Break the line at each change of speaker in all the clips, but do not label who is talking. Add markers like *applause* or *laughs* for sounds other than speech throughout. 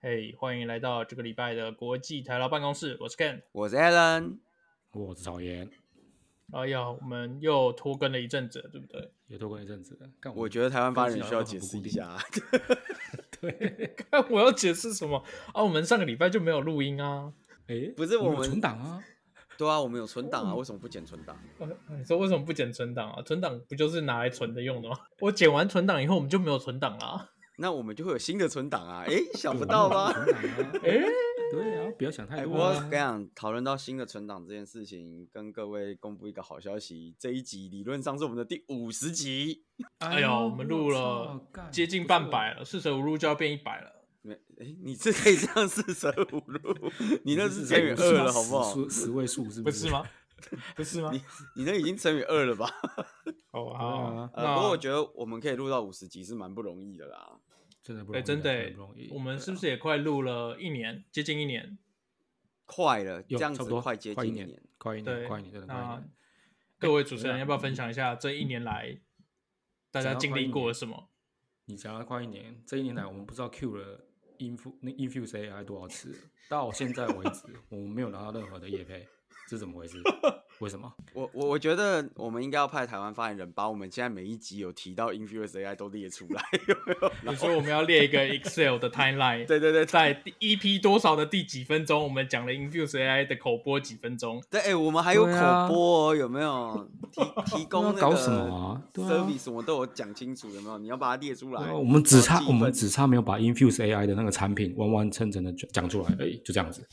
嘿欢迎来到这个礼拜的国际台劳办公室，我是 Ken。
我是 Alan，
我是草原，
哎呀，我们又拖更了一阵子了，对不对？ *laughs*
也拖过一阵子了。干
我觉得台湾发言需要解释一下，
*laughs* 对，
看我要解释什么啊？我们上个礼拜就没有录音啊。
哎，
不是
我
我
有
们
存档啊，
对啊，我们有存档
哦
啊，为什么不剪存档？
呃你说为什么不剪存档啊？存档不就是拿来存的用的吗？ *laughs* 我剪完存档以后，我们就没有存档啊啦。
那我们就会有新的存档啊，诶， *laughs* 想不到吧？
对我们有存档啊
哎，
对啊，不要想 *laughs* 太
哎，
多
我
啊。
跟你讲，讨论到新的存档这件事情，跟各位公布一个好消息，这一集理论上是我们的第五十集，
哎呦，我们录
我
了
操
*laughs*
干
接近半百了，四舍五入就要变一百了。
没，哎，你这可以这样四舍五入，你那是乘以
不错
二了，好不好
十？数十位数是
不
是
是？吗？ *laughs* 不是吗？
你那已经乘以二了吧？
哦，
对
好
啊，
呃，不过我
得
觉得我们可以录到五十集是蛮不容易的啦。
真的不
哎，
容易啊，
真的
不容
欸
易。，
我们
对啊
是不是也快录了一年，接近一年？
快了，这
有
样
差
子
不多
快接
一
近一
年，快一
对
年，快一年，真的快一
那
年。
各位主持人
哎
要不要分享一下这一年来大家经历过了什么？
你讲了快一年，这一年来我们不知道 Q 了 Infu 那 Infuse AI 多少次了，到现在为止 *laughs* 我们没有拿到任何的业配，这怎么回事？为什么？
我我我觉得我们应该要派台湾发言人把我们现在每一集有提到 Infuse AI 都列出来， *laughs* 有没有？
你说我们要列一个 Excel 的 timeline，
对对对，对
在第 EP 多少的第几分钟，我们讲了 Infuse AI 的口播几分钟，
对，哎、我们还有口
对啊
播、哦，有没有？提提供那
要
个
搞什么啊？对啊，
service 我们都有讲清楚，有没有？你要把它列出来。
对啊我们只
然
差
后记
我们
分
只差没有把 Infuse AI 的那个产品完完整整的讲出来而已，就这样子，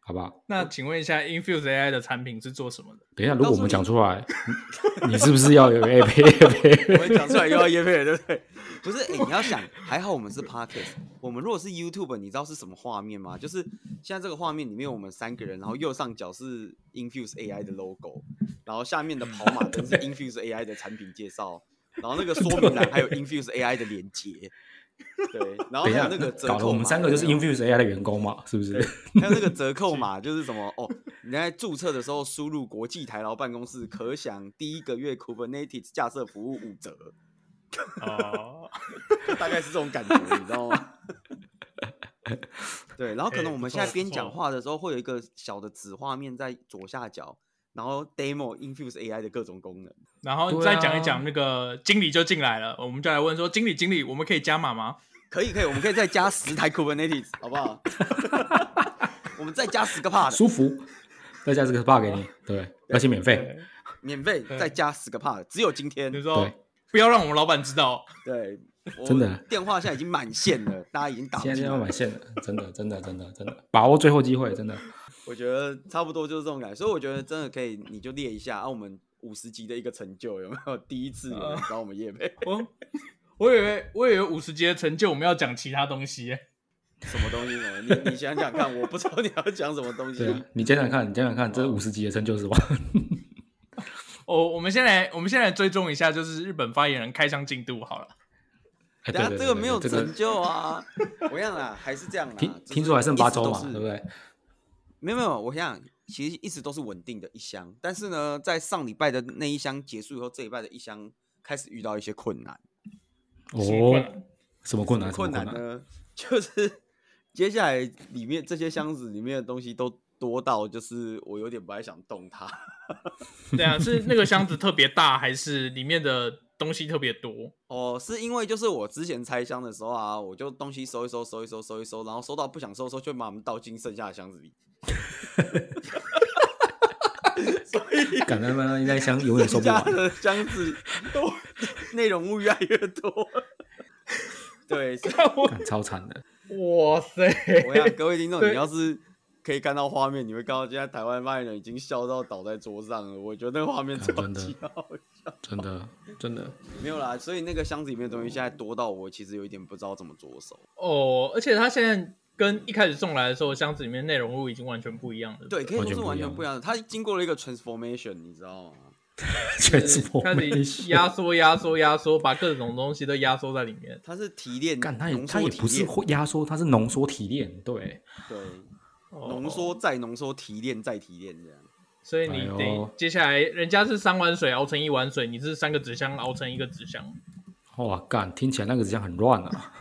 好不好？
那请问一下，Infuse AI 的产品是做什么的？
等一下，如
告
果
诉
我们
你
讲出来， *laughs* 你你是不是要有 A P A
我们讲出来又要叶配了，对不对？不是，哎、你要想，还好我们是 podcast，我们如果是 YouTube，你知道是什么画面吗？就是现在这个画面里面，我们三个人，然后右上角是 Infuse AI 的 logo，然后下面的跑马灯是 Infuse AI 的产品介绍，然后那个说明栏还有 Infuse AI 的连接，对，然后
等一
还有
下
那个，折
搞得
扣啊
我们
码
三个
有
就是
没有
Infuse AI 的员工嘛，是不是？
还有那个折扣码就是什么哦，你在注册的时候输入国际台劳办公室，可享第一个月 Kubernetes 架设服务五折，
哦，
就大概是这种感觉，你知道吗？ *laughs* 对，然后可
哎
能我们
不错
现在边
不错
讲话的时候，会有一个小的子画面在左下角，然后 demo Infuse AI 的各种功能。
然后你
对
再
啊
讲一讲那个经理就进来了，我们就来问说，经理经理，我们可以加码吗？
可以可以，我们可以再加十台 Kubernetes，好不好？ *laughs* 我们再加十个 part，
舒服，再加这个 bug 给你，对，而且免费，
免费
对
再加十个 part，只有今天。
你
对
说。不要让我们老板知道，
对，我
真的啊
电话现在已经满线了，大家已经打不
现在
进
就要
来
买。线了，真的，真的，真的，真的，把握最后机会，真的。
我觉得差不多就是这种感觉，所以我觉得真的可以，你就列一下啊，我们五十集的一个成就有没有？ *laughs* 第一次有
哦
人找我们叶配
我哦 *laughs* 我以为我以为五十级的成就，我们要讲其他东西耶。
什么东西呢？你你想想看，我不知道你要讲什么东西
对。啊，你想想看，你想想看，这五十级的成就是吧？
哦，我们先来，我们先来追踪一下，就是日本发言人开箱进度好了。
*laughs* 哎，
等
对
下
对，
这
对
个
对
没有
这个
成就啊！我想啦，还是这样啦。
听
就是
听说还剩八周嘛，
一直
对
都是
不对？
没有没有，我想想，其实一直都是稳定的一箱，但是呢，在上礼拜的那一箱结束以后，这礼拜的一箱开始遇到一些困难。
什么困
哦，
难
什么困难？什么
困难？ *laughs* 呢，就是接下来里面这些箱子里面的东西都多到，就是我有点不太想动它。
*laughs* 对啊，是那个箱子特别大，还是里面的东西特别多？
哦，是因为就是我之前拆箱的时候啊，我就东西收一收，收一收，收一收，然后收到不想收的时候，就把它们倒进剩下的箱子里。所以
感觉慢慢应该想永远收
剩
不
下 *laughs*
完。
的箱子
*laughs*
都内容物越来越多。对，所以
干超惨的，
*laughs* 哇塞！
我想各位听众，
对
你要是可以看到画面，你会看到现在台湾发言人已经笑到倒在桌上了。我觉得那个画面
啊
超
真的
级好。
真的，真的，
没有啦，所以那个箱子里面的东西现在多到我其实有一点不知道怎么着手。
哦，而且他现在跟一开始送来的时候，箱子里面内容物已经完全不一样了。
对，可以说是完
完全
全
不
不
一
一样的。它经过了一个 transformation，你知道吗？
全是破
开始压缩、压缩、压缩，把各种东西都压缩在里面。
它是提炼，
干，它也
浓
它
缩
也
提
不是
炼
会压缩，它是浓缩提炼，对，
对，
哦
浓缩再浓缩，提炼再提炼这样。
所以你
哎呦
得接下来，人家是三碗水熬成一碗水，你是三个纸箱熬成一个纸箱。
哇，干，听起来那个纸箱很乱啊，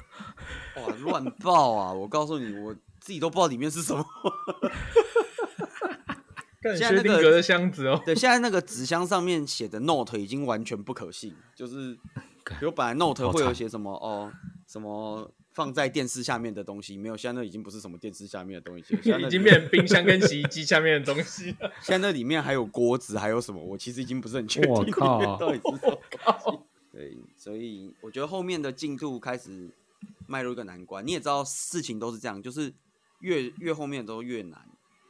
哇，乱爆啊！我告诉你，我自己都不知道里面是
*laughs*
什么。
看
现在那
薛定
个
格的箱子 *laughs* 哦，
对，现在那个纸箱上面写的 note 已经完全不可信，就是
干
比如本来 note
好
会有
惨
写什么哦，什么放在电视下面的东西，没有，现在那已经不是什么电视下面的东西，
*laughs*
现在那
已经
里面
变成冰箱跟洗衣机下面的东西了。
现在那里面还有锅子，还有什么，我其实已经不是很确定
我
里面 *laughs*
靠
到底是什么东西。对，所以我觉得后面的进度开始迈入一个难关。你也知道，事情都是这样，就是越越后面都越难，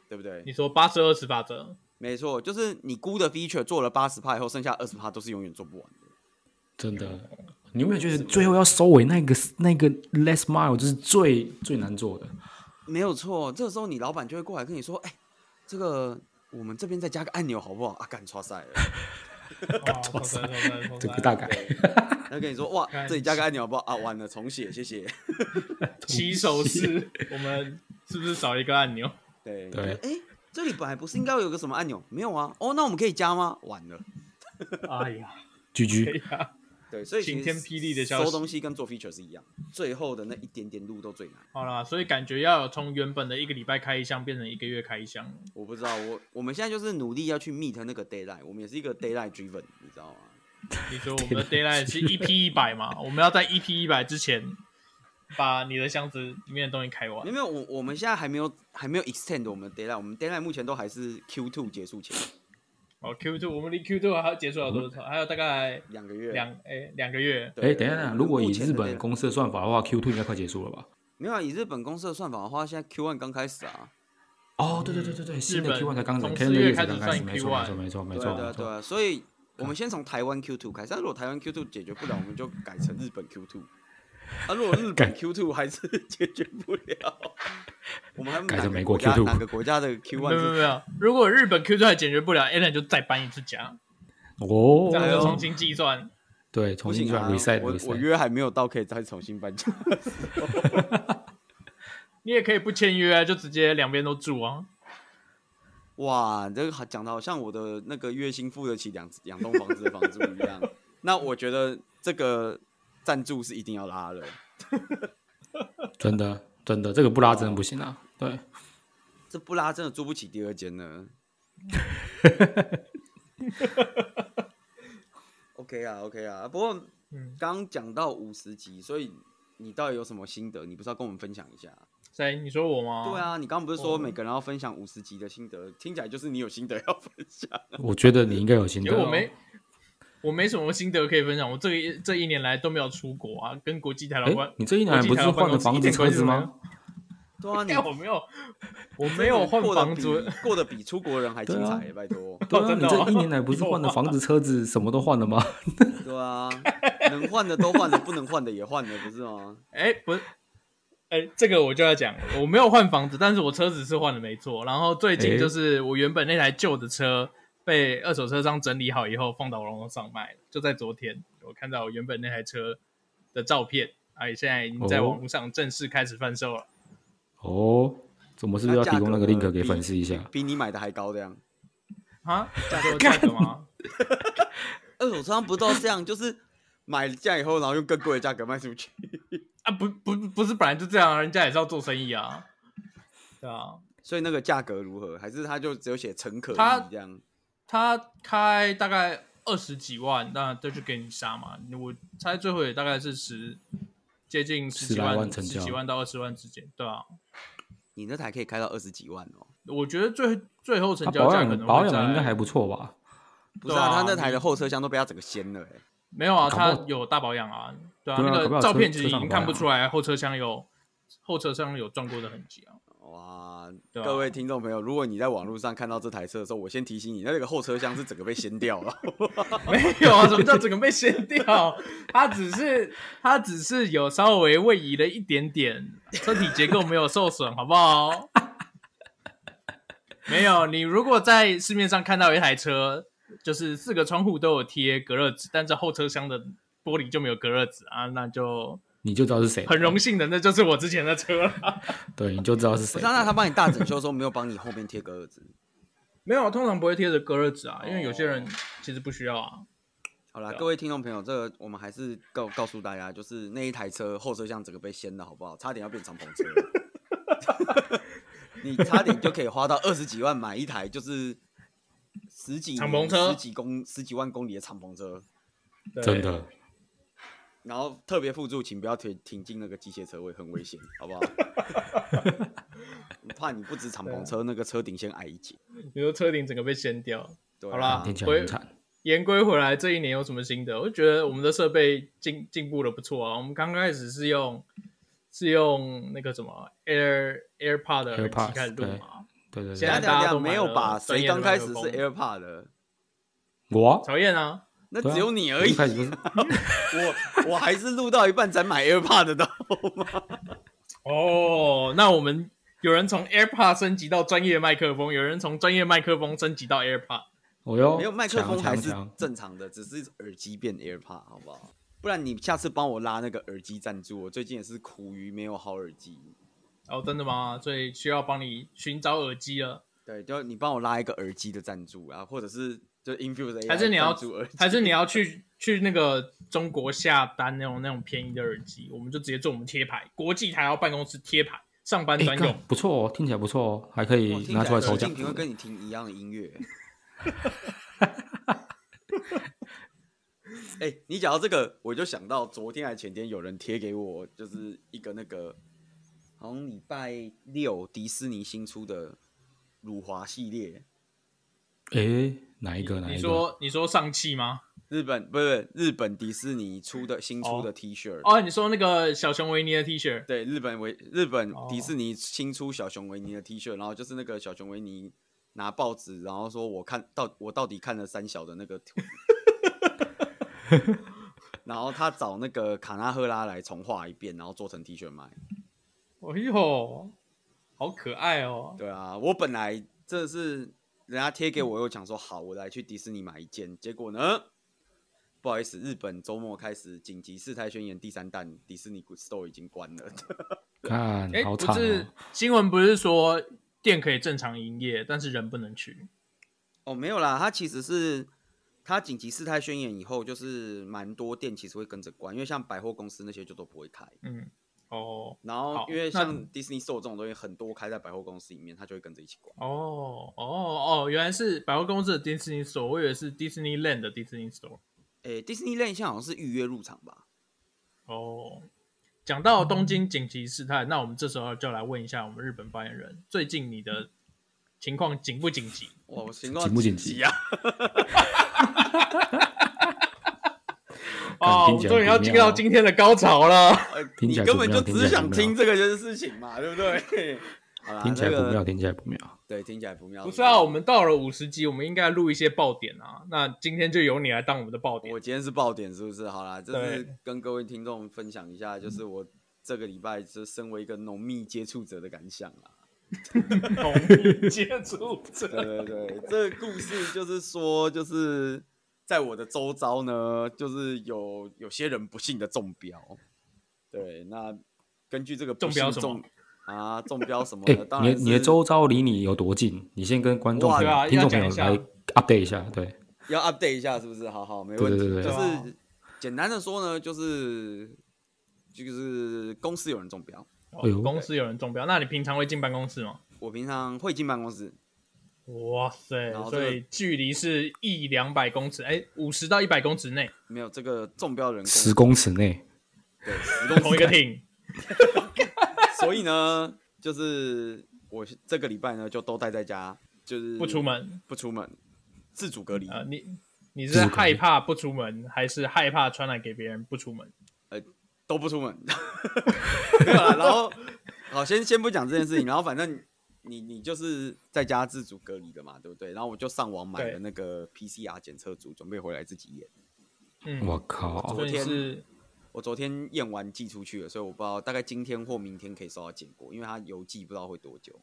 对不对？
你说八十二十法则，
没错，就是你估的 feature 做了八十趴以后，剩下二十趴都是永远做不完的。
真的。你有没有觉得最后要收尾那个那个 last mile 就是最最难做的？
没有错，这时候你老板就会过来跟你说：“哎、这个我们这边再加个按钮好不好？”啊，干刷塞了，
*laughs* 哇哦好神好神好神
*laughs* 这个
*laughs*
大改
然后跟你说：“哇，
干
这里加个按钮好不好？”啊，完了，重写，谢谢。
起手式，我们是不是少一个按钮？
对
对嗯
哎、诶这里本来不是应该有个什么按钮？没有啊。哦，那我们可以加吗？完了，
哎呀，
居
哎
居，
呀，
对，所以其实
晴天霹雳的消息
收东西跟做 feature 是一样，最后的那一点点路都最难。
好啦，所以感觉要有从原本的一个礼拜开一箱变成一个月开一箱。
我不知道，我我们现在就是努力要去 meet 那个 d a y l i g h t 我们也是一个 d a y l i g h t driven，你知道吗？
你说我们的 d a y l i g h t 是 EP 一百嘛？我们要在 EP 一百之前把你的箱子里面的东西开完
啊
没有，。没有，我我们现在还没有还没有 extend 我们的 d a y l i g h t 我们 d a y l i g h t 目前都还是 Q two 结束前
哦，Q two，我们离 Q two 还要结束了多少？还有大概
两个月。
两哎两个月。
对
哎，等一下，等一下，如果以日本
公
公司的算法的话，Q two 应该快结束了吧？
没有啊以日本公司的算法的话，现在 Q one 刚开始啊，
哦，对对对对对，新的
日
Q
本
one 才刚
从
开，
四月
calendar year 才
开始
刚开始，
算
没错
Q1
没错没错没
对
错
啊对
没
啊对
错，
啊，所以我们先从台湾 Q two 开始，啊但如果台湾 Q two 解决不了，我们就改成日本 Q two。啊，如果日本 Q two 还是解决不了，我们还
改成
哪个
美国
国家
Q2
哪个国家的 Q
没有
one
没有
是
没有，如果日本 Q two 还解决不了，Alan 就再搬一次家，这样就重
哦，
新计算。
对，重
不
新
行
算
啊？
reset
我我
reset，
约还没有到，可以再重新搬家。
你也可以不签约啊，就直接两边都住啊。
哇，这个好讲的好像我的那个月薪付得起两两栋房子的房租一样。那我觉得这个赞助是一定要拉了，
真的真的，这个不拉真的不行啊，对，
这不拉真的租不起第二间呢。OK 啊，OK 啊，不过
嗯，
刚讲到五十集，所以你到底有什么心得？你不是要跟我们分享一下？
谁？你说我吗？
对，啊，你刚刚不是说
我
每个人要分享五十集的心得？听起来就是你有心得要分享。
我觉得你应该有心
因
得
为
哦，
我没。我没什么心得可以分享，我这一这一年来都没有出国啊，跟国际台老
哎
关，，
你这一年不是换了房子车子吗？
对啊，你
但我没
*laughs*
有，我
真的
没有换
过得
房租
比，过得比出国人还精
对啊
彩，拜托。
对
哦
啊，
真
你
的哦
这一年来不是换了房子、车子，什么都换了吗？
对啊，能换的都换了，不能换的也换了，不是吗？
哎、不是，哎、这个我就要讲，我没有换房子，但是我车子是换了没错。然后最近
哎
就是我原本那台旧的车被二手车商整理好以后放到网络上卖了，就在昨天我看到我原本那台车的照片，啊，现在已经在
哦
网络上正式开始贩售了。
哦，我们是不是要提供那个
价格
link 给粉 *laughs* 丝一下
比？比你买的还高这样。 *laughs*
啊，价格价格吗？
二手车上不都这样，就是买了价以后，然后用更贵的价格卖出去。
啊，不不不是，本来就这样啊，人家也是要做生意啊，对啊。
所以那个价格如何？还是他就只有写诚可
他
意这样？
他开大概二十几万，那这就给你杀嘛。我猜最后也大概是十，接近十几
10来
万
万，成
十
交啊
几万到二十万之间，对啊。
你那台可以开到二十几万哦。
我觉得最最后成
它
交
保
价可能
养
会
保
在
养应该还不错吧？
不是啊，
对啊
他那台的后车厢都被他整个掀了、欸。
没有啊，
搞不好
他有大保养啊，对啊，
对啊
那
搞不
个
好
照
车
片其实已
车上
经
有保
看不
养
出来后车厢有后车厢有撞过的痕迹啊。
哇，
对啊
各位听众朋友，如果你在网络上看到这台车的时候，我先提醒你，那个后车厢是整个被掀
*laughs*
掉了。
没有啊，什么叫整个被掀掉？它只是它只是有稍微位移了一点点，车体结构没有受损，好不好？ *laughs* 没有，你如果在市面上看到一台车，就是四个窗户都有贴隔热纸，但是后车厢的玻璃就没有隔热纸啊，那就
你就知道是谁，
很荣幸的，那就是我之前的车了。
对，你就知道是
不
谁
是、。啊，那他帮你大整修的时候没有帮你后面贴隔热纸？
啊没有，通常不会贴着隔热纸啊，因为有些人
哦
其实不需要啊。
好啦，
对啊
各位听众朋友，这个我们还是
*laughs*
告告诉大家，就是那一台车后车厢整个被掀了，好不好？差点要变敞篷车了，
*laughs*
你差点就可以花到二十几万买一台，就是十几
敞
年
篷车
十几公十几万公里的敞篷车，
对
真的，
然后特别附注，请不要停停进那个机械车位，很危险，好
*laughs*
不好？怕你不止敞篷
啊
车，那个车顶先矮一截。
你说车顶整个被掀掉。
对啊，
好啦
听起来
回
很惨。
言归回来，这一年有什么新的？我觉得我们的设备进进步的不错啊。我们刚开始是用是用那个什么 Air AirPod 的耳机
AirPods，
开始录嘛，
对对
现
等
在大
一下等一
对，
家
下
都
没
买
有
了
吧？
专
谁
业
刚
的
开
麦
始
克
是 AirPod 的？
我啊
曹燕啊，
那
对啊
只有你
我
而已
一。开始就是
我我还是录到一半才买 AirPod 的，
哦，那我们有人从 AirPod 升级到专业麦克风，有人从专业麦克风升级到 AirPod。
我哟，
没有麦克
哦强
风还是
强强
正常的，只是耳机变 AirPod 好不好？不然你下次帮我拉那个耳机赞助，我最近也是苦于没有好耳机。
哦，真的吗？所以需要帮你寻找耳机了，
对，就你帮我拉一个耳机的赞助啊，或者是就 Infuse AI
还是你要
赞助耳机？
还是你要去去那个中国下单那种那种便宜的耳机？我们就直接做我们贴牌，国际台要办公室贴牌，上班
哎
专
干
用。
不错哦，听起来不错哦，还可
我
以
听
拿
起
出
来
来抽
陈
奖
敬。平会跟你听一样的音
*laughs*
乐。哎、你讲到这个，我就想到昨天还前天有人贴给我，就是一个那个，好像礼拜六迪士尼新出的辱华系列，
哎，哪一个？哪
你
一个？
说你说上汽吗？
日本不是日本迪士尼出的新出
哦
的 T 恤
哦，你说那个小熊维尼的 T 恤，
对，日本维日本
哦
迪士尼新出小熊维尼的 T 恤，然后就是那个小熊维尼拿报纸，然后说我看到我到底看了三小的那个图， *laughs* 然后他找那个卡纳赫拉来重画一遍，然后做成 T 恤卖。
哎呦，好可爱哦！
对啊，我本来这是人家贴给我，又想说好，我来去迪士尼买一件，结果呢？不好意思，日本周末开始紧急事态宣言，第三弹迪士尼 Store 已经关了。
看
哎，，
好
不
惨
是
哦！
新闻不是说店可以正常营业，但是人不能去。
哦，没有啦，它其实是它紧急事态宣言以后，就是蛮多店其实会跟着关，因为像百货公司那些就都不会开。
嗯，哦
然后
好
因为
那
像 Disney Store 这种东西，很多开在百货公司里面，它就会跟着一起关。
哦哦哦，原来是百货公司的 Disney Store，我以为是 Disneyland 的 Disney Store。
诶，Disneyland 现在好像是预约入场吧？
哦，讲到东京紧急事态，那我们这时候就来问一下我们日本发言人，最近你的情况紧不紧急？
哇，我情况
紧不紧
急
急
啊？
哦，
听
我
起来
终于
很
要
奇
进
妙
到
哦
今天的高潮了。
呃
听
你
起来
根
不
本
妙
就
听
只
起来
想
不妙
听这个件事情嘛，对不对？好啦
听起来
那
不
个
妙，听起来不妙。
对，听起来不妙。
不是啊，我们到了五十集，我们应该录一些爆点啊。那今天就由你来当我们的爆点
我。今天是爆点，是不是？好啦，这是
对
跟各位听众分享一下，
嗯
就是我这个礼拜就身为一个浓密接触者的感想啦。
同意接触
*laughs*
者，
对对对，这个故事就是说，就是在我的周遭呢，就是有有些人不幸的中标。对，那根据这个不
中
幸
标什
中
么
啊，中标什么
哎
呢？，当
你
然
的你的
是
周遭离你有多近？你先跟观众
哇
朋
对啊
友、听众朋
要
友
讲一
来
下
update 一下。对，
要 update 一下，是不是？好好，没
对
问
对
题。
对对
对
就
啊
是简单的说呢，就是就是公司有人中标，
哦
哎呦
公司有人中标，那你平常会进办公室吗？
我平常会进办公室，
哇塞
然后，这个
所以距离是一两百公尺，哎，五十到一百公尺内，
没有这个中标人跟我
十公尺内，
对十公
同一个 *laughs* 厅。
所以呢，就是我这个礼拜呢就都待在家，就是
不出门。
不出门，自主隔离。
呃，你你
自
是
主管
害
理
怕不出门，还是害怕传染给别人不出门？
都不出门， *laughs* 没有啦。然后，好，先先不讲这件事情，然后反正你你就是在家自主隔离的嘛，对不对？然后我就上网买了
对
那个 PCR 检测组，准备回来自己验。
嗯，
我靠哦
所！以你
昨天
是
我昨天验完寄出去了，所以我不知道大概今天或明天可以收到结果，因为它邮寄不知道会多久。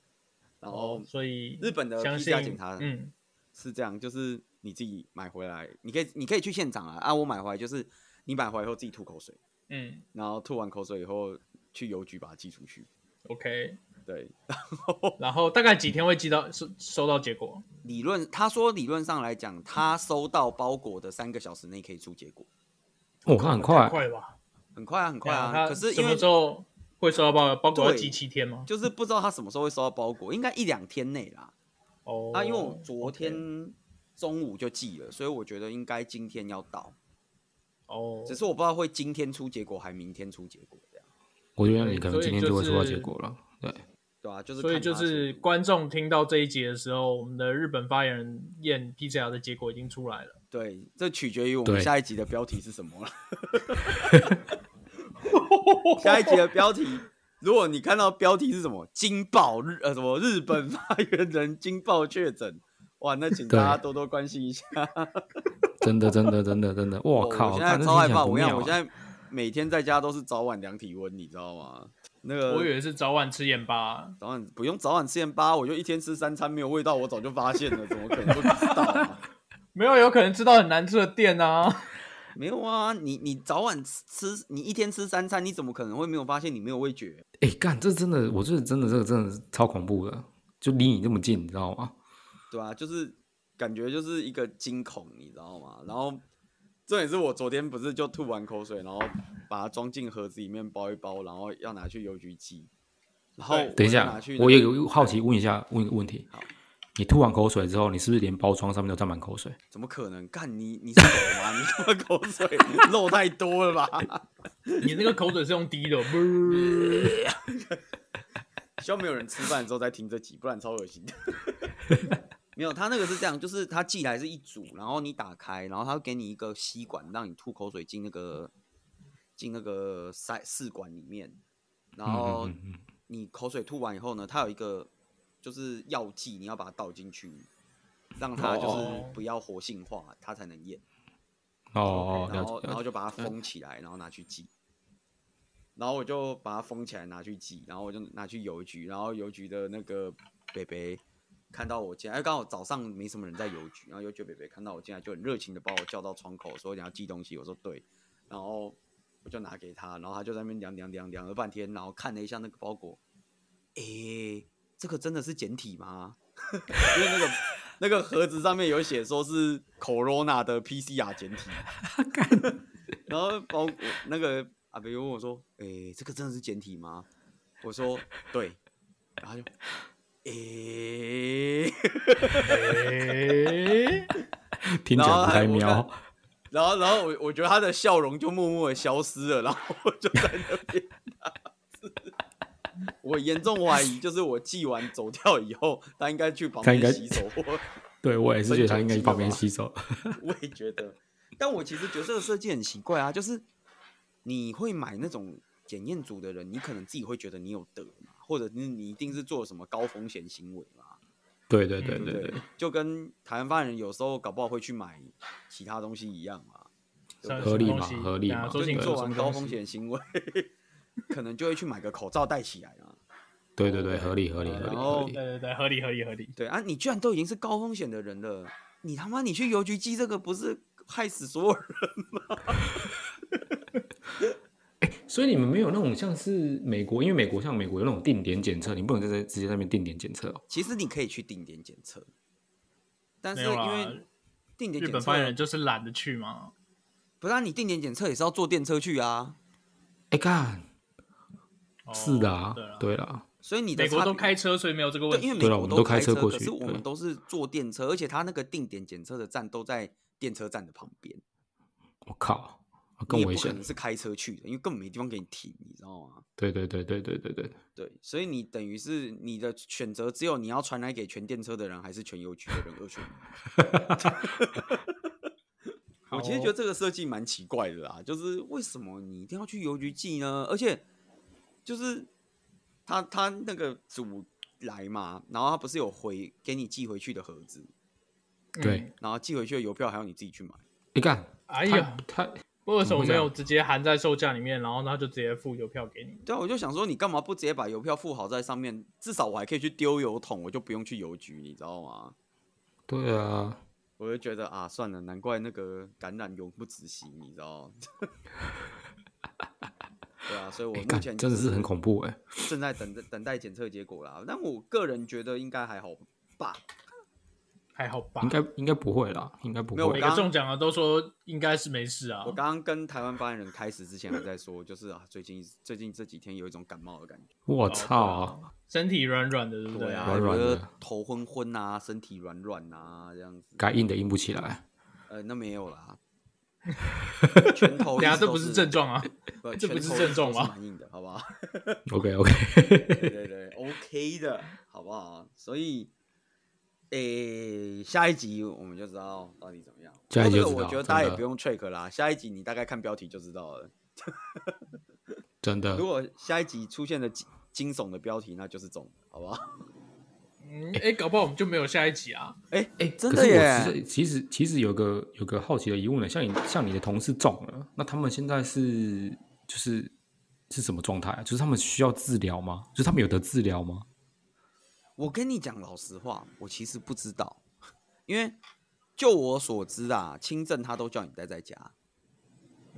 然后
哦，所以
日本的
相
PCR
信
检查
嗯，
是这样，就是你自己买回来，你可以你可以去现场啊。啊，我买回来就是你买回来以后自己吐口水，
嗯
然后吐完口水以后去邮局把它寄出去。
，OK，
对，
然后大概几天会寄到收收到结果？
理论他说理论上来讲，他收到包裹的三个小时内可以出结果，
我看很
太
快，
快了吧？
很快啊，很快
对
啊。
它
可是
什
因
么
为
时候会收到包裹？包裹要
对
寄七天吗？
就是不知道他什么时候会收到包裹，应该一两天内啦。
哦，
啊，因为我昨天中午就寄了，所以我觉得应该今天要到，
哦，
只是我不知道会今天出结果还明天出结果这样，
我觉得
对
你可能
所以
今天
就
就会收到
是
结果了。对，
对啊，就是
所以
看
就
他速
是
度
观众听到这一节的时候，我们的日本发言人验 PCR 的结果已经出来了。
对，这取决于我们
对
下一集的标题是什
*laughs*
么了。下一集的标题，如果你看到标题是什么“惊爆日”呃什么日本发言人惊爆确诊，哇，那请大家
对
多多关心一下。
真的，真的，真的，真的，
哦
我靠！
我现
看
在
这
超害
听起来
怕，
不
我跟你讲，
妙
我
啊
现在每天在家都是早晚量体温，你知道吗？那
我以
个
为是早晚吃盐巴，
早晚不用早晚吃盐巴，我就一天吃三餐没有味道，我早就发现了，怎么可能会不知道、啊？ *laughs*
没有，有可能知道很难吃的店啊。
没有啊，你你早晚吃吃，你一天吃三餐，你怎么可能会没有发现你没有味觉？啊
哎、干，这真的，我觉得真的，这个真的是超恐怖的，就离你这么近，你知道吗？
对啊，就是感觉就是一个惊恐，你知道吗？然后重点是我昨天不是就吐完口水，然后把它装进盒子里面包一包，然后要拿去邮局寄。然后
对
就
等一下
拿去，
我
那
也
个哎
有好奇问一下，问一个问题
好：
你吐完口水之后，你是不是连包装上面都沾满口水？
怎么可能？干你你是狗吗？你 *laughs* 他妈口水漏太多了吧？
你那个口水是用
*laughs*
滴的，不
希望没有人吃饭的时候再听这集，不然超恶心的。 *laughs* 没有，他那个是这样，就是他寄来是一组，然后你打开，然后他会给你一个吸管，让你吐口水进那个进那个塞试管里面，然后
嗯嗯嗯
你口水吐完以后呢，它有一个就是药剂，你要把它倒进去，让它就是
哦
不要活性化，它才能验。
嗯哦，
然
了
后
解
然
了
后
解。
就把它封起来，然后拿去寄。然后我就把它封起来拿去寄，然后我就拿去邮局，然后邮局的那个北北看到我进来，哎，刚好早上没什么人在邮局，然后邮局北北看到我进来就很热情的把我叫到窗口，说你要寄东西，我说对，然后我就拿给他，然后他就在那边量量量量了半天，然后看了一下那个包裹，诶，这个真的是简体吗？ *laughs* 因为那个那个盒子上面有写说是 Corona 的 PCR 简体，然后包我那个阿北问我说：“诶、这个真的是简体吗？”我说：“对。”然后他就诶，
诶
听起
然后
来不太
我
妙。
看然后然后我我觉得他的笑容就默默的消失了，然后我就在那边打字。 *laughs* 我严重怀疑，就是我寄完走掉以后，他应该去旁
他应
边
该
洗手或
*laughs* 对我也是觉得他应该去旁边
生
洗手。
*laughs* 我也觉得，但我其实觉得这个设计很奇怪啊，就是你会买那种检验组的人，你可能自己会觉得你有得嘛，或者是你一定是做什么高风险行为嘛，
对对对
嗯
对
对
不
对
对，？就跟台湾发言人有时候搞不好会去买其他东西一样嘛，对
算
不对
合理
什么
嘛
东西
合理
对啊
嘛
说
就
清
你
楚
做
什
完
么
高
东
风
西
险行为，可能就会去买个口罩戴起来啊嘛。
对对对，合理合理合
然
理
后
对
合理。
对对，合理合理合理。
对啊，你居然都已经是高风险的人了，你他妈你去邮局寄这个不是害死所有人？
所以你们没有那种像是美国，因为美国像美国有那种定点检测，你不能在直接在那边定点检测哦。
其实你可以去定点检测，但
没
是
有
因
啦
为定点
日
检
本发言人
测
就是懒得去嘛，
不是、啊、你定点检测也是要坐电车去啊，
哎干，
哦
是的啊
对啦，
对啦，
所以你的
美国
差
都
别
开车，所以没有这个问
对，
题
因。为
对
美
啦
国
我们都
开
开车过
可
去
是我们
对
都是坐电车，而且他那个定点检测的站都在电车站的旁边，
我靠，啊
你
更
也
危
不可
险
能。是开车去的，因为根本没地方给你停，你知道吗？
对对对对对对对。
对，所以你等于是你的选择只有你要传来给全电车的人，还是全邮局的人二选一。我其实觉得这个设计蛮奇怪的啦，就是为什么你一定要去邮局寄呢？而且就是他他那个组来嘛，然后他不是有回给你寄回去的盒子，
嗯
对，
然后寄回去的邮票还要你自己去买。
哎干，
哎呀
他，他
为什么
怎么
没
会这样
有直接含在售价里面，然后他就直接付邮票给你？
对啊，我就想说你干嘛不直接把邮票付好在上面？至少我还可以去丢邮筒，我就不用去邮局，你知道吗？
对啊，
我就觉得啊，算了，难怪那个感染永不止息，你知道？ *laughs* 对啊，所以我
哎
目
干
前
真的是很
恐。
恐怖哎、
正在等着等待检测结果啦。但我个人觉得应该还好吧。
还好吧
应？该应该不会啦，应该不
没有我
每
会。
个
刚
中奖的都说应该是没事啊
我。刚刚跟台湾发言人开始之前还在说，就是啊，最近最近这几天有一种感冒的感觉，
我操、
啊
身体软软的，对不对
对
啊？
啊，
软
觉
软的
得头昏昏啊，身体软软啊，这样子。
该硬的硬不起来。
呃，那没有
*laughs*
啦，拳头
等
一
下，
直
这
都
不
是
是症，状啊！
不
这不
拳
是
头
症
一直
状
都
吗
是蛮硬的，好不好？
OK OK，
对 *laughs* 对对，OK 的，好不好？所以，诶、下一集我们就知道到底怎么样。
下一集
这个
就知
我
道
觉得大家
真
也
的
不用 check 啦，下一集你大概看标题就知道了。
真的
如。果下一集出现了惊惊悚的标题，那就是中，好不好？
嗯，哎，搞不好我们就没有下一集啊！
哎、
哎、
真
可
的
是
耶
我其实其实其实有个有个好奇的疑问呢，像你像你的同事中了，那他们现在是就是是什么状态啊？就是他们需要治疗吗？就是他们有得治疗
嗯
吗？
我跟你讲老实话，我其实不知道，因为就我所知啊，轻症他都叫你待在家，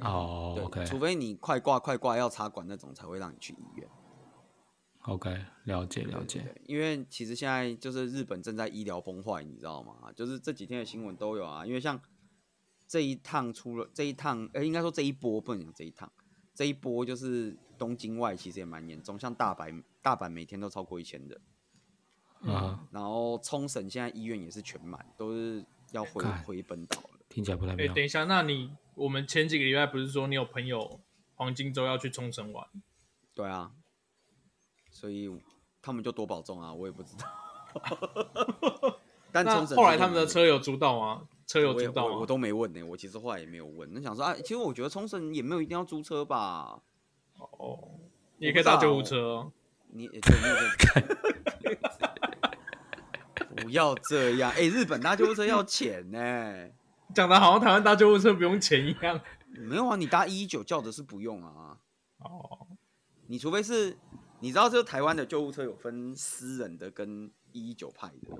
哦
对
，OK
除非你快挂快挂要插管那种，才会让你去医院。
OK，了解了解。
对，因为其实现在就是日本正在医疗崩坏，你知道吗？就是这几天的新闻都有啊。因为像这一趟出了这一趟，呃，应该说这一波不能讲这一趟，这一波就是东京外其实也蛮严重，像大阪大阪每天都超过一千的，
啊，
然后冲绳现在医院也是全满，都是要回
看
回本岛了。
听起来不太
哎，
妙
等。一下，那你我们前几个礼拜不是说你有朋友黄金周要去冲绳玩？
对啊，所以他们就多保重啊，我也不知道。 *laughs* 但
那
冲绳
后来
是
他们的
蛮
车有租到吗？车有
我也
租到
我我
吗？
都没问呢、我其实后来也没有问。那想说啊，其实我觉得冲绳也没有一定要租车吧，
哦，你也可以搭救护车哦。
你也对你也
*laughs*
可以不要这样，哎、日本搭救护车要钱呢、
讲的好像台湾搭救护车不用钱一样。
没有啊，你搭一一九叫的是不用啊，
哦，
你除非是你知道，这台湾的救护车有分私人的跟一一九派的，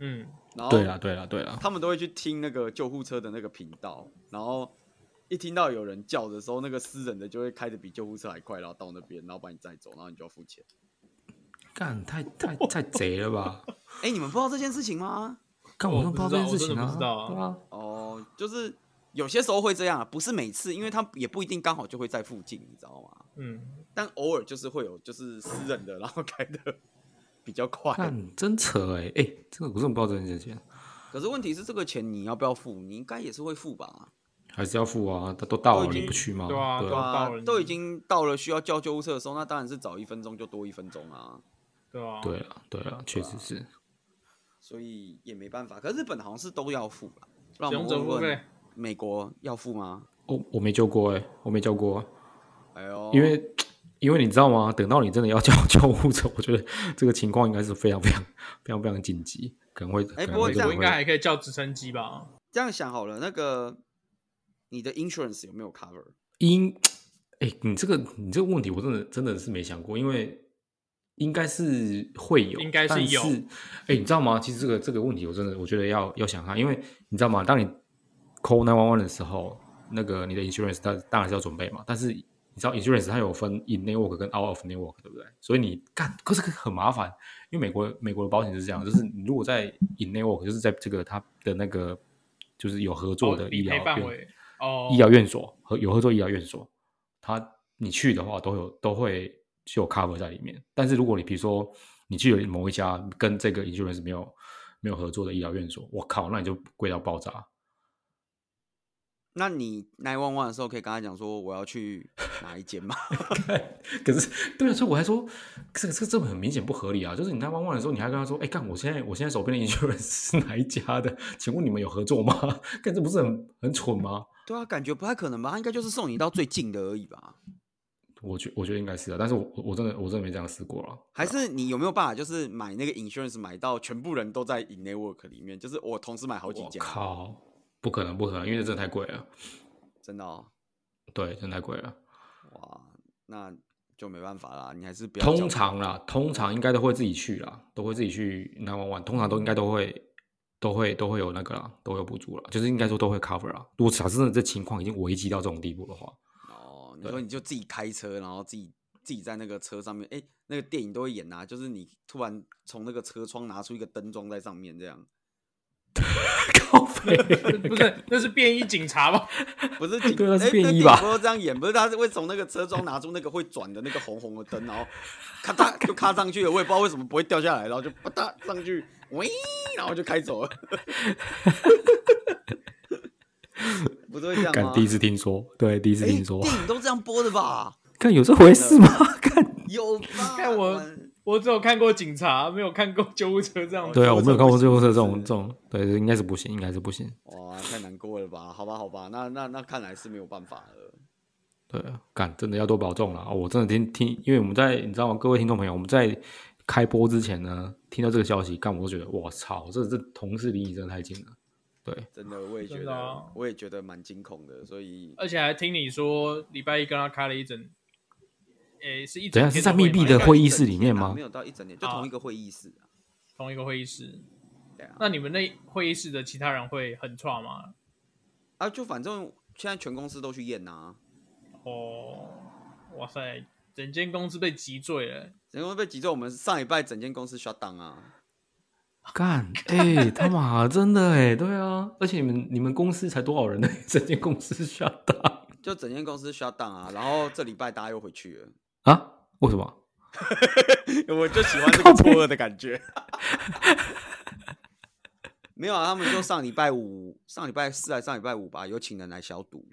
嗯，
然后
对啦对啦对啦，
他们都会去听那个救护车的那个频道，然后一听到有人叫的时候，那个私人的就会开的比救护车还快，然后到那边，然后把你载走，然后你就要付钱。
干太太太贼了吧？
哎、你们不知道这件事情吗？
干
我
都
不
不知
知
道这
道我
件事
真的不
情啊，
知道啊
对啊。
哦，就是有些时候会这样啊，不是每次，因为他也不一定刚好就会在附近，你知道吗？
嗯，
但偶尔就是会有，就是私人的，然后开的比较快。
啊
*laughs*
干真扯哎、欸、哎、真的我真的不知道这件事情，
可是问题是，这个钱你要不要付？你应该也是会付吧？
还是要付啊，他都到
都
了
已经
你不去吗？
对啊
对
对啊
啊
到了，
都已经到了需要叫救护车的时候，那当然是早一分钟就多一分钟啊。
对啊，
对啊对啊，确实是。
所以也没办法。可是日本好像是都要付吧？让
使
我
用
们
者
问
付费
问，美国要付吗？
我我没救过哎、我没救过，
哎呦，
因为、因为你知道吗？等到你真的要叫 *laughs* 救护车，我觉得这个情况应该是非常非常非常非常紧急，可能会
哎
可能
不过
会
这样
我
会
应该还可以叫直升机吧？
这样想好了，那个你的 insurance 有没有 cover？
因哎、你这个你这个问题我真的真的是没想过，因为应该是会有，
应该是
但
有
哎、你知道吗？其实这个这个问题我真的我觉得要要想看，因为你知道吗？当你 call nine one one 的时候，那个你的 insurance 当当然是要准备嘛，但是。你知道 insurance 它有分 in network 跟 out of network，对不对？所以你干，可是很麻烦，因为美国美国的保险是这样，就是你如果在 in network，就是在这个它的那个就是有合作的
哦
医
理
疗
赔范
院
围哦，
医疗院所和有合作医疗院所，他你去的话都有都会是有 cover 在里面。但是如果你比如说你去了某一家跟这个 insurance 没有没有合作的医疗院所，我靠，那你就贵到爆炸。
那你 nine one one 的时候可以跟他讲说我要去哪一间吗？ *laughs*
可是对啊，所以我还说这个这个这个很明显不合理啊！就是你在弯弯的时候，你还跟他说：“哎，干，我现在我现在手边的 insurance 是哪一家的？请问你们有合作吗？”干，这不是很很蠢吗？
对啊，感觉不太可能吧？他应该就是送你到最近的而已吧？
我觉我觉得应该是啊，但是我我我真的我真的没这样试过啊了。
还是你有没有办法就是买那个 insurance 买到全部人都在 in network 里面？就是我同时买好几
我
间，
靠，不可能不可能，因为这真的太贵了。
真的哦，
对，真的太贵了。
哇，那就没办法啦，你还是不要
通
叫
常啦，通常应该都会自己去啦，都会自己去南湾玩，通常都应该都会都会都会有那个啦，都会有补助啦，就是应该说都会 cover 啦。如果假设真的这情况已经危及到这种地步的话，
哦，你
对
说你就自己开车，然后自己自己在那个车上面，哎，那个电影都会演啊，就是你突然从那个车窗拿出一个灯装在上面，这样
*laughs* 靠背，
不是，那是便衣警察吧？
不
*laughs*
是警
对啊是
诶
便
那
衣
电
吧
影不是这样演，不是他是会从那个车窗拿出那个会转的那个红红的灯，然后咔嗒就咔上去了，我也不知道为什么不会掉下来，然后就啪嗒上去，喂，然后就开走了， *laughs* 不是会这样
干
吗？
第一次听说，对，第一次
诶
听说，
电影都这样播的吧？
看有这回事吗？看，
有
*laughs*
吧？
看我我只有看过警察，没有看过救护车这样子。
对啊，我没 *laughs* 有看过
这
最
种
后
不
车
行
这种
是
这种，对，应该是不行，应该是不行，
哇，太难过了吧？好吧，好吧，那那那看来是没有办法了。
对啊，干真的要多保重了啊！我真的听听，因为我们在你知道吗？各位听众朋友，我们在开播之前呢，听到这个消息，干我都觉得我操，这这同事离你真的太近了，对，
真的，我也觉
真
得，
的啊
我也觉得蛮惊恐的。所以，
呃
而且还听你说礼拜一跟他开了一整，诶、是一整
等
天
一下啊是在密闭的
吗
会议室里面吗
没？有到一整年，就
啊
同一个会议室啊。
同一个会议室。
对啊，
那你们那会议室的其他人会很差吗？
啊，就反正现在全公司都去验啊呐、
哦，哇塞，整间公司被击醉了。
整个公司被挤走，我们上礼拜整间公司 shut down 啊。
干，哎、 *laughs* 他妈真的哎、对啊，而且你们你们公司才多少人呢？ *laughs* 整间公司下大
就整间公司 shut down 啊，然后这礼拜大家又回去了， *laughs*
啊？为什么？
我就喜欢这个错愕的感觉。 *laughs* 没有啊，他们就上礼拜五、上礼拜四还是上礼拜五吧，有请人来消毒。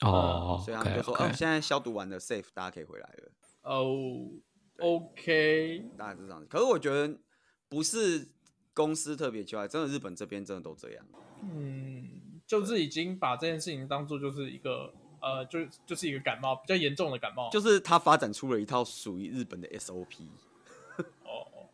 哦
所以他们
，OK
就说，哦，
OK，
现在消毒完了，safe，大家可以回来了，
哦，OK，
大概是这样子。可是我觉得不是公司特别奇怪，真的日本这边真的都这样。
嗯，就是已经把这件事情当做就是一个呃，就就是一个感冒，比较严重的感冒。
就是他发展出了一套属于日本的 SOP。
哦，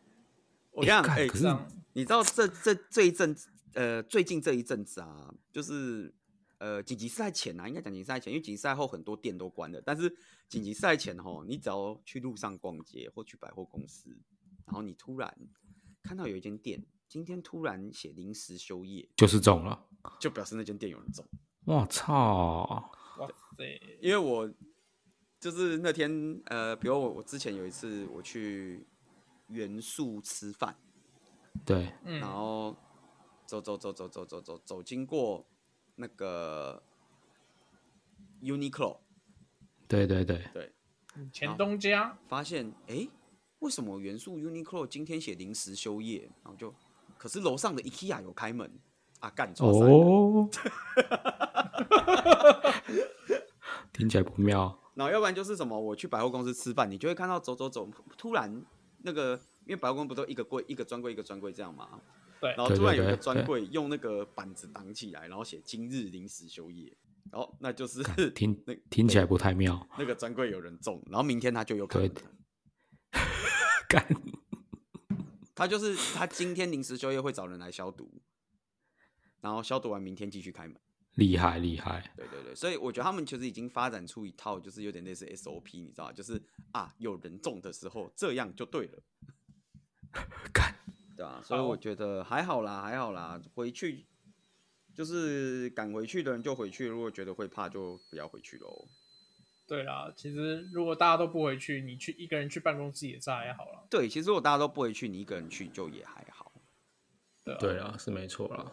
我跟你讲，
干
哎、
可
这
是
样
你知道这这这一阵子，呃，最近这一阵子啊，就是呃，紧急事态前啊，应该讲紧急事态前，因为紧急事态后很多店都关了。但是紧急事态前哦，你只要去路上逛街或去百货公司，然后你突然看到有一间店今天突然写临时休业，
就是中了，
就表示那间店有人中。
我操！
哇塞，
因为我就是那天呃，比如我我之前有一次我去元素吃饭，
对，
嗯
然后走走走走走走走走经过那个 Uniqlo，
对对对，
对，嗯
前东家
发现诶，为什么元素 Uniqlo 今天写临时休业？然后就可是楼上的 IKEA 有开门啊，干抓塞了
哦， *laughs* 听起来不妙。
然后要不然就是什么，我去百货公司吃饭，你就会看到走走走，突然那个因为百货公司不都一个柜一个专柜一个专柜这样嘛，
对
然后突然有一
对对
个
对
专柜用那个板子挡起来，然后写今日临时休业，然后那就是
听
那
听起来不太妙。
那个专柜有人中，然后明天他就有可能
对， *laughs* 干，
他就是他今天临时休业会找人来消毒，然后消毒完明天继续开门。
厉害厉害，
对对对，所以我觉得他们其实已经发展出一套，就是有点类似 SOP，你知道吗？就是啊，有人中的时候这样就对了。
*laughs* 干，
对啊，所以
好
我觉得还好啦，还好啦。回去就是赶回去的人就回去，如果觉得会怕就不要回去喽。
对啦，其实如果大家都不回去，你去一个人去办公室也是还好啦。
对，其实如果大家都不回去，你一个人去就也还好。
对啊，
对啊，是没错啦。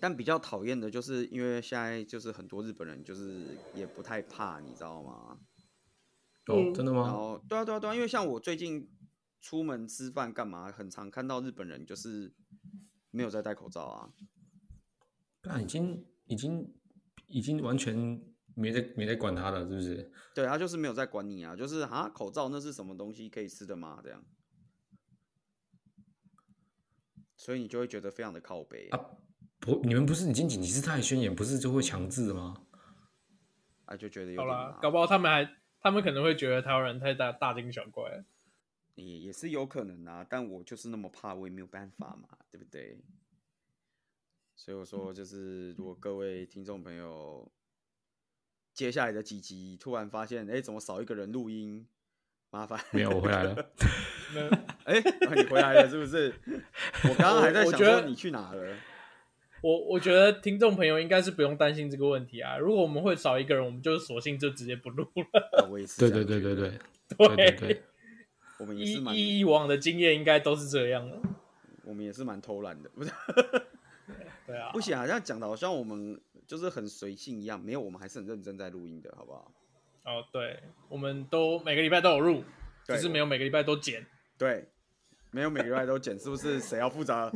但比较讨厌的就是，因为现在就是很多日本人就是也不太怕，你知道吗？
哦，真的
然
吗？
后对啊对啊对啊，因为像我最近出门吃饭干嘛，很常看到日本人就是没有在戴口罩啊。
干，已经已经已经完全没在没在管他了，是不是？
对他就是没有在管你啊，就是啊，口罩那是什么东西可以吃的吗？这样，所以你就会觉得非常的靠背啊
啊不，你们不是已经紧急事态宣言，不是就会强制吗？ *laughs*
啊就觉得有
好
点
啦
麻，
搞不好他们还他们可能会觉得台湾人太大大惊小怪了。
也也是有可能啊，但我就是那么怕，我也没有办法嘛，对不对？所以我说，就是如果各位听众朋友，接下来的几集突然发现，哎，怎么少一个人录音？麻烦哦
没有，我回来了。
那
哎、啊你回来了是不是？我刚刚还在
我
想
觉
说
得
*laughs*
你去哪了。
我我觉得听众朋友应该是不用担心这个问题啊。如果我们会少一个人，我们就索性就直接不录了。
啊我也是。
对对对对，对
对
对对，
我们也
一
是蛮，
一以往的经验应该都是这样的。
我们也是蛮偷懒的，不是？
对啊
不，行啊，这样讲的好像我们就是很随性一样，没有，我们还是很认真在录音的，好不好？
哦对，我们都每个礼拜都有录，只
对
是没有每个礼拜都剪。 *laughs*
对，没有每个礼拜都剪，是不是？谁要负责？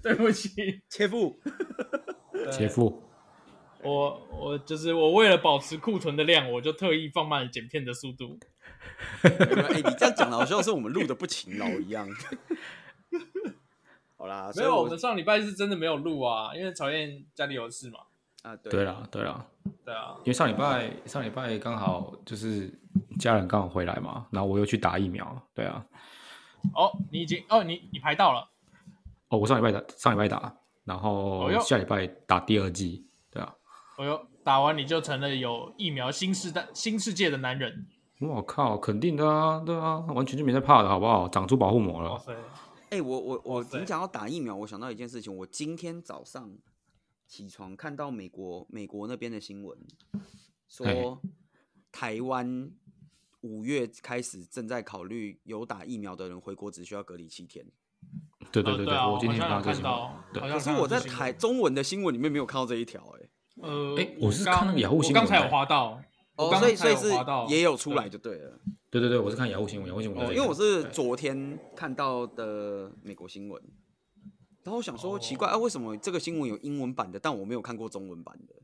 对不起，
切腹。
姐夫，
我我就是我为了保持库存的量，我就特意放慢了剪片的速度。
哎、你这样讲的好像是我们录的不勤劳一 *laughs* 样。好啦，
没
所以
有，我
我
们上礼拜是真的没有录啊，因为曹燕家里有事嘛。
啊，对
对啦对啦，
对啊，
因为上礼拜上礼拜刚好就是家人刚好回来嘛，然后我又去打疫苗，对啊，
哦，你已经哦，你你排到了，
哦，我上礼拜打上礼拜打，然后
哦哟
下礼拜打第二剂，对啊，
哦哟，打完你就成了有疫苗新世代新世界的男人。
我靠，肯定的啊，对啊，完全就没在怕的好不好？长出保护膜
哇
了，
塞，
哎、我我我
哇，塞
你讲到打疫苗，我想到一件事情，我今天早上起床看到美国美国那边的新闻，
嘿
说台湾五月开始正在考虑有打疫苗的人回国只需要隔离七天。
对
呃对
哦
对对，
啊，
我今天也
好像
看
有
到这
看到，
新闻，对
好像有
可是
看到
我在
这新闻
台中文的新闻里面没有看到这一条、哎。
呃，
诶我是
刚
看那个雅虎
我
新闻
刚才有
的
滑到，我
哦，
刚
所以
才
所以
有
是
滑到
也有出来就对了。
对对对，我是看雅虎新闻，雅虎新闻在
哦，
看，
因为我是
对
昨天看到的美国新闻，然后我想说
哦
奇怪啊，为什么这个新闻有英文版的，但我没有看过中文版的？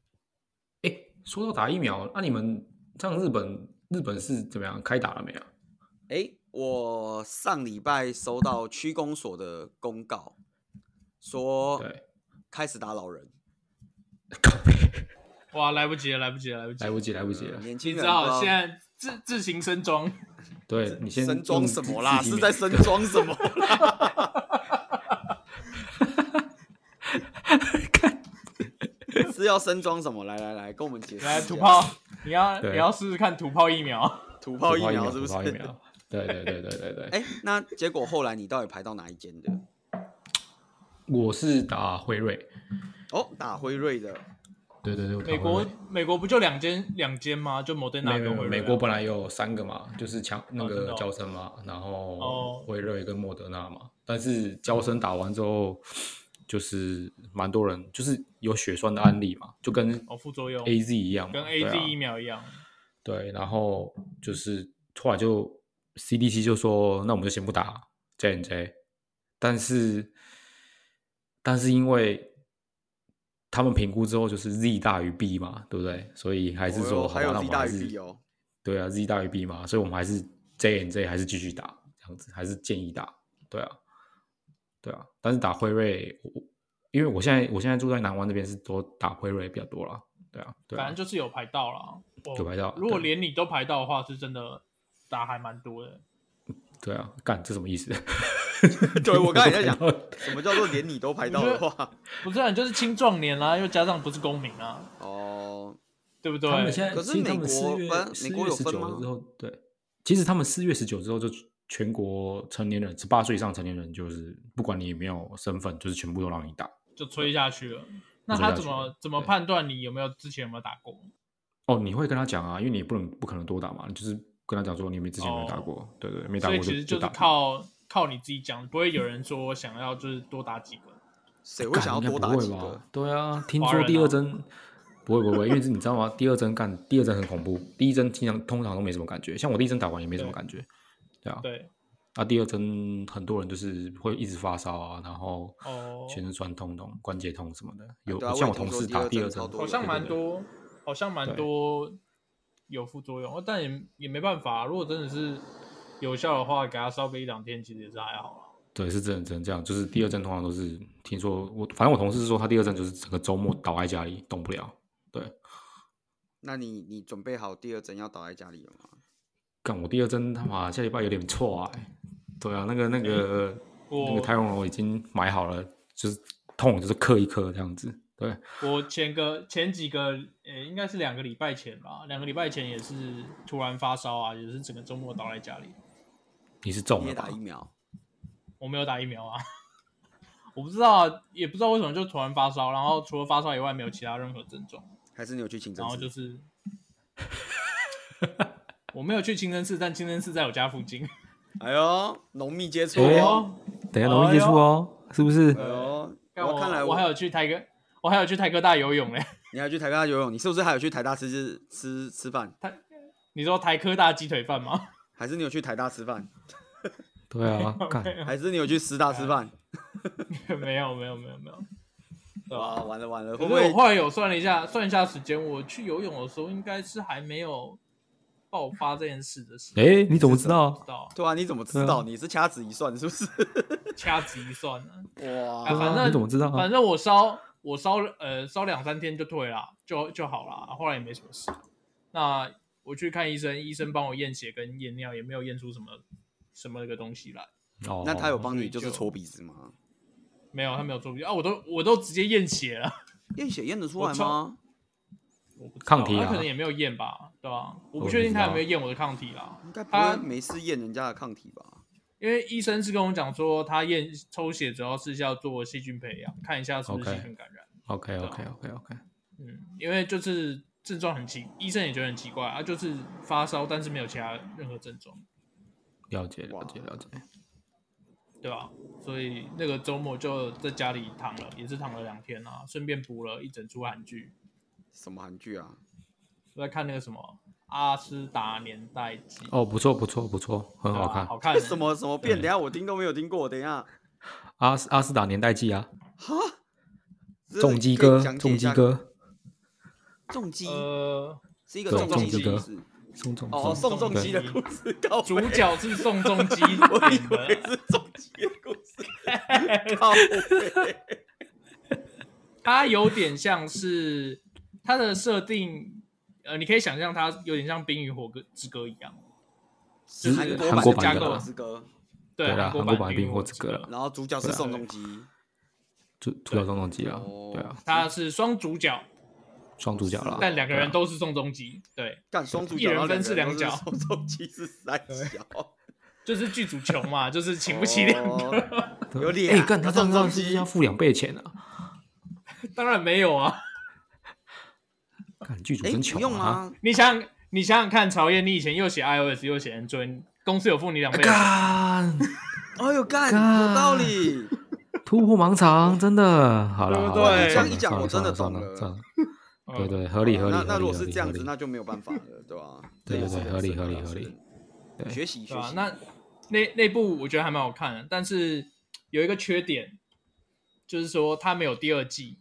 哎，说到打疫苗，啊那、你们像日本，日本是怎么样开打了没有？啊
哎，我上礼拜收到区公所的公告，说
对，
开始打老人，
哇，来不及了，来不及了，来不及
来
了。
不及，来不及了。
年
啊你
轻人
只
不知
好
道
现在自自行升
*laughs*
装，
对你先
生装
用
什
自
么啦？
自己
是
免
在生装什么啦？
*laughs*
是要生装什么？来来来，跟我们解释一
来
下
土炮，你要
啊对
你要试试看土炮疫苗。
土
土
炮疫
疫
苗是不是？
土炮疫苗？对对对对对对。
*laughs* 哎、那结果后来你到底排到哪一间的？
我是打辉瑞，
哦，打辉瑞的，
对对对，我打
美
辉
国
瑞
美国不就两间两间吗？就 Moderna
没有
跟
没
辉
有，
瑞
美
啊。
国本来有三个嘛，就是强那
真的
个
哦
交生嘛，啊然后
哦嗯
辉瑞跟莫德纳嘛。但是交生打完之后，就是蛮多人就是有血栓的案例嘛，就跟
哦副作用
A Z 一样嘛，
跟
对啊
AZ 疫苗一样，
对，然后就是后来就 CDC 就说，那我们就先不打 J N J，但是但是因为他们评估之后就是 Z 大于 B 嘛，对不对？所以还是
哦
说，
哟
好
还
吧，
有
那我
Z
们还
大于
是
B 哦。 *laughs*
对啊，Z 大于 B 嘛，所以我们还是 J N J 还是继续打，这样子还是建议打，对啊，对啊。但是打辉瑞，我因为我现在我现在住在南湾那边是多打辉瑞比较多啦，对啊，对
反
啊
正，就是有排到啦。哦
有排到
如果
对啊
连你都排到的话，是真的打还蛮多的。
对啊，干这什么意思？
对，我刚才也在
*laughs*
讲，
我
什么叫做连你都排到的话？ *laughs*
不是啊，你就是青壮年啦，又加上不是公民啊，
哦，
对不对？
他们现在
可是
其实他
美
们四
国
月
反正
四
美国
月
有
十
分
九
吗
之后，对，其实他们四月十九之后就全国成年人十八岁以上成年人就是不管你有没有身份，就是全部都让你打。
就吹下去了。那他怎么怎么
对
判断你有没有之前有没有打过？
哦，你会跟他讲啊，因为你不能不可能多打嘛，你就是跟他讲说你没之前有没有打
哦
过，对对，没打
所
过
以
就
其实就是
打。
靠靠你自己讲，不会有人说想要就是多打几个。
谁会想要多打
干
几
应该不会
个
吧？？对啊，听
华
说
人
第
啊
二针、不会不会不会，因为是你知道吗？第二针干第二针很恐怖，第一针经常通常都没什么感觉，像我第一针打完也没什么
对
感觉，对啊。
对，
那、第二针很多人就是会一直发烧啊，然后
哦
全身酸痛痛、关节痛什么的。有、
对啊
像
我
我
也听
同
说
事
第
打
二
第
针
二
超
针，
多
好
的
对
像
对
蛮
对
多，好像蛮
对
多有副作用，哦但也也没办法、如果真的是有效的话，给他烧个一两天，其实也是还好啦。啊
对，是真的，真的这样。就是第二针通常都是听说我，反正我同事是说他第二针就是整个周末倒在家里动不了。对，
那你你准备好第二针要倒在家里了吗？
干我第二针他妈下礼拜有点错啊、对啊，那个那个、那
我
个泰隆龙已经买好了，就是痛就是刻一刻这样子。对，
我前个前几个，呃、应该是两个礼拜前吧，两个礼拜前也是突然发烧啊，也是整个周末倒在家里。
你是中
你
了
也
吧
打疫？苗？
*laughs* 我没有打疫苗啊，我不知道啊，也不知道为什么就突然发烧，然后除了发烧以外没有其他任何症状，
还是你有去清真
然后
寺？
就是
*laughs*
我没有去清真寺，但清真寺在我家附近。
哎呦，浓密接触
哎呦
哦！
等一下容易接触哦，是不是
哎？呦，
但
我看来
我还有去台哥，我还有去台科大游泳嘞。
你还有去台大游泳，你是不是还有去台大吃吃吃饭？
你说台科大鸡腿饭吗？
还是你有去台大
*laughs*
吃饭？
对啊， *laughs* 干
没有
还是你有去师大吃
哎
饭？
*laughs* 没有没有没有没有。对吧
哇，完了完了，会
可
不
是
会
我后来有算了一下，算一下时间，我去游泳的时候应该是还没有爆发这件事的时候，
哎，你怎么知
不
道？
知道
对啊，你怎么知
嗯
道？你是掐指一算是不是？
掐指一算呢、
*laughs* 哇
啊，反
啊
正
你怎么知道啊
反？正我烧我烧呃烧两三天就退啦，就就好啦，后来也没什么事。那我去看医生，医生帮我验血跟验尿，也没有验出什么什么那个东西来。
哦，
那他有
所
帮你
以
就是
就
搓鼻子吗？
没有，他没有做啊，我都我都直接验血了，
验血验得出
我
来吗
抽？我不知道
抗体啊
*laughs* 他可能也没有验吧，对吧、我
我
不
也
确定
不知
他有
道
没有验我的抗体啦，
应该不
他
会没事验人家的抗体吧？
因为医生是跟我讲说，他验抽血主要是要做细菌培养，看一下是不是
OK
细菌感染。
OK OK OK OK，
嗯，因为就是症状很奇，医生也觉得很奇怪啊，就是发烧，但是没有其他任何症状，
了解了
哇
解了解。
对吧？所以那个周末就在家里躺了，也是躺了两天啊，顺便补了一整出韩剧，
什么韩剧啊？
我在看那个什么《阿斯达年代记》，
哦，不错不错不错，很
对吧
好看。
好看欸、
*laughs* 什么什么变？等一下我听都没有听过。等一下，
阿斯阿斯达年代记啊，
哈，这
重击
可以
哥
讲，解
重
一
击
下，
哥，
重击
呃，
是一个
对
重击的
重
故
击
事。
宋仲
哦，
基
宋仲基的
对
故事，告
主
白
角是宋仲基
*laughs* 我以
演
为
的，
是重击的故
*laughs*
事，靠北
它有点像是它的设定，呃，你可以想象它有点像《冰与火歌之歌》一样，
是
韩国
韩
版的
版
架构
之歌，
对啊
对啦
国
韩国
版
版
《冰
的冰与火之歌啦
然后主角是
对啊
宋仲基，
主主角宋仲基啊，
哦
对啊，
它是双主角，
双主角啦。
但两个人
对啊
都是宋仲基，对，
干双主
一
角，
人
然后
分饰
两个
两
都是
角
宋仲基是三角，
就是剧组穷嘛，就是请不起两个，
*laughs*
哦
对
有脸啊
哎，干他
有
这样
宋仲
是
基
不是要付两倍钱啊？
当然没有啊。
看剧组
哎，
真
不
穷
用
啊！
啊，
你想，你想想看，曹燕，你以前又写 iOS 又写 Android，公司有付你两倍
啊
的钱，
干
哎呦干，
干
有道理，
突破盲肠，真的好
对
了，
不
好啦
对
算了
这样
一讲
算了
我真的
算
懂了哦
了，算了，
嗯
*laughs*
对对，合理合理。
那
合
那
理
如果
合
是
理
这样
合理
子，那就没有办法了，对吧？
*laughs* 对对对
这也是
合理
人生啊
合理合理
是
对
学习
对
学
吧、
习，
那那那部我觉得还蛮好看的，但是有一个缺点，就是说它没有第二季。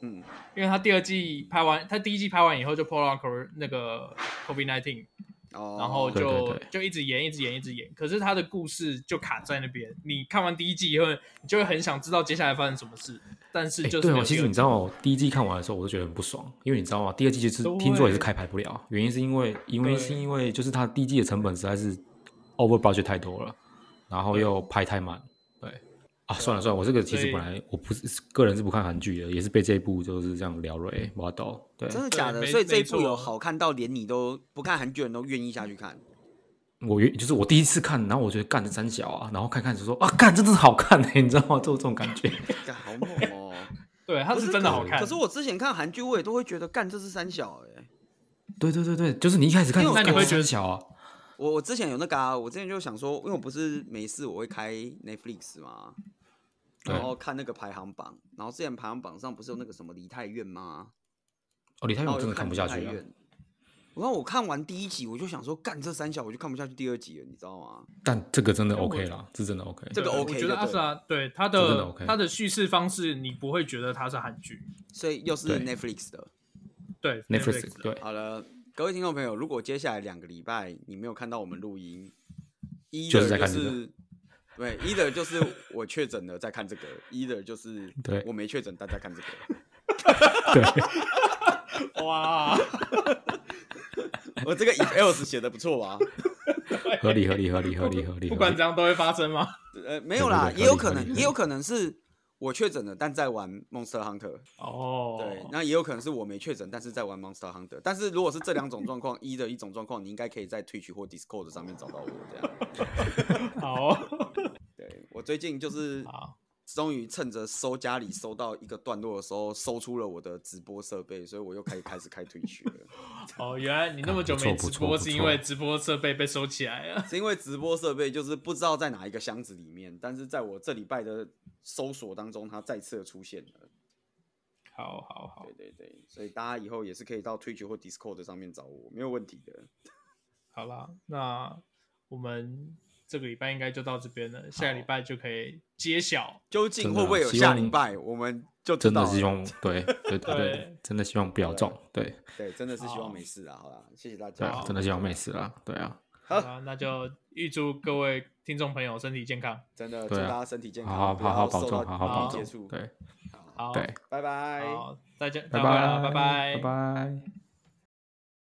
嗯，
因为他第二季拍完，他第一季拍完以后就破了 cor 那个 COVID nineteen，
哦，
然后就
对对对
就一直演，一直演，一直演。可是他的故事就卡在那边，你看完第一季以后，你就会很想知道接下来发生什么事，但是
哎，
就是
对
没
哦，
有
其
第
实
二
你知道，我第一季看完的时候，我就觉得很不爽，因为你知道吗？第二季就是
对
听说也是开排不了，原因是因为因为
对
是因为就是它第一季的成本实在是 over budget 太多了，然后又拍太慢，对啊，算了算了，我这个其
所
实
以
本来我不是个人是不看韩剧的，也是被这一部就是这样聊了，哎，我懂，对，
真的假的？
对没
所以这一
没
部
错
有好看到连你都不看韩剧的人都愿意下去看，
我原就是我第一次看，然后我觉得干这三小啊，然后看看就说啊，干真的是好看哎、你知道吗？就有这种感觉， *laughs*
干好猛哦！
对，他
不
是真的好看。
可是我之前看韩剧，我也都会觉得干这是三小哎、
对对对对，就是你一开始看
因为我
干
那你会
这
觉得
三小啊，
我我之前有那个啊，我之前就想说，因为我不是没事我会开 Netflix 嘛，
对
然后看那个排行榜，然后之前排行榜上不是有那个什么《梨泰院》吗？
哦，李泰
然
勇
后我
真
就
的
看
看不
梨
下
泰
去
院
了，》，
然后我看完第一集，我就想说，干这三小我就看不下去第二集了，你知道吗？
但这个真的
因为我
OK 啦，这真的 OK，
这个
对
OK
我觉得
就
阿
对
斯拉对他
这真的
的
OK
他的叙事方式，你不会觉得他是韩剧，
所以又是
对
Netflix 的。
对
Netflix
的
对，
好了，各位听众朋友，如果接下来两个礼拜你没有看到我们录音，一
就是
的
在
就
看这个
是对，一的就是我确诊了在看这个，一的就是
对
我没确诊但在看这个。
哇，
我这个 if else 写的不错啊吧？
合理合理合理合理合理，
*laughs* 不管
合理
怎样都会发生吗？
呃，没有啦，
对对对
也有
合
可
理合理
能，
合理嗯
也有可能是我确诊了但在玩 Monster Hunter，
哦，
对，那也有可能是我没确诊但是在玩 Monster Hunter。但是如果是这两种状况，一的一种状况，你应该可以在 Twitch 或 Discord 上面找到我这样。
好哦
对我最近就是
好，
终于趁着收家里收到一个段落的时候，收出了我的直播设备，所以我又可以开始开退学了。 *laughs*
哦，原来你那么久没
不错
直
不错
播
不
是因
错
为直播设备被收起来了。
是因为直播设备就是不知道在哪一个箱子里面，但是在我这礼拜的搜索当中，它再次的出现了。
*laughs* 好好好
对对对，所以大家以后也是可以到 Twitch 或 Discord 上面找我，没有问题的。
好啦，那我们这个礼拜应该就到这边了，下个礼拜就可以揭晓。
究竟
真的啊
会不会有
希
下
望
礼拜，我们就知
真
道
的
了
希望对对对
对
对，真的希望不要中，对
对，真的是希
好
望没事啦。啊好啦，谢谢大
对
家。
啊，真的希望没事啦，对啊，
好啦，那就预祝各位听众朋友身体健康。
真的，祝
对啊
大家身体健康，
好好
不要
好好保
受
重，
到
好好保
低
重
接触，。
对
好，
好，
对，
拜拜。
好，再见，
拜
再会
拜
了，拜拜，
拜拜。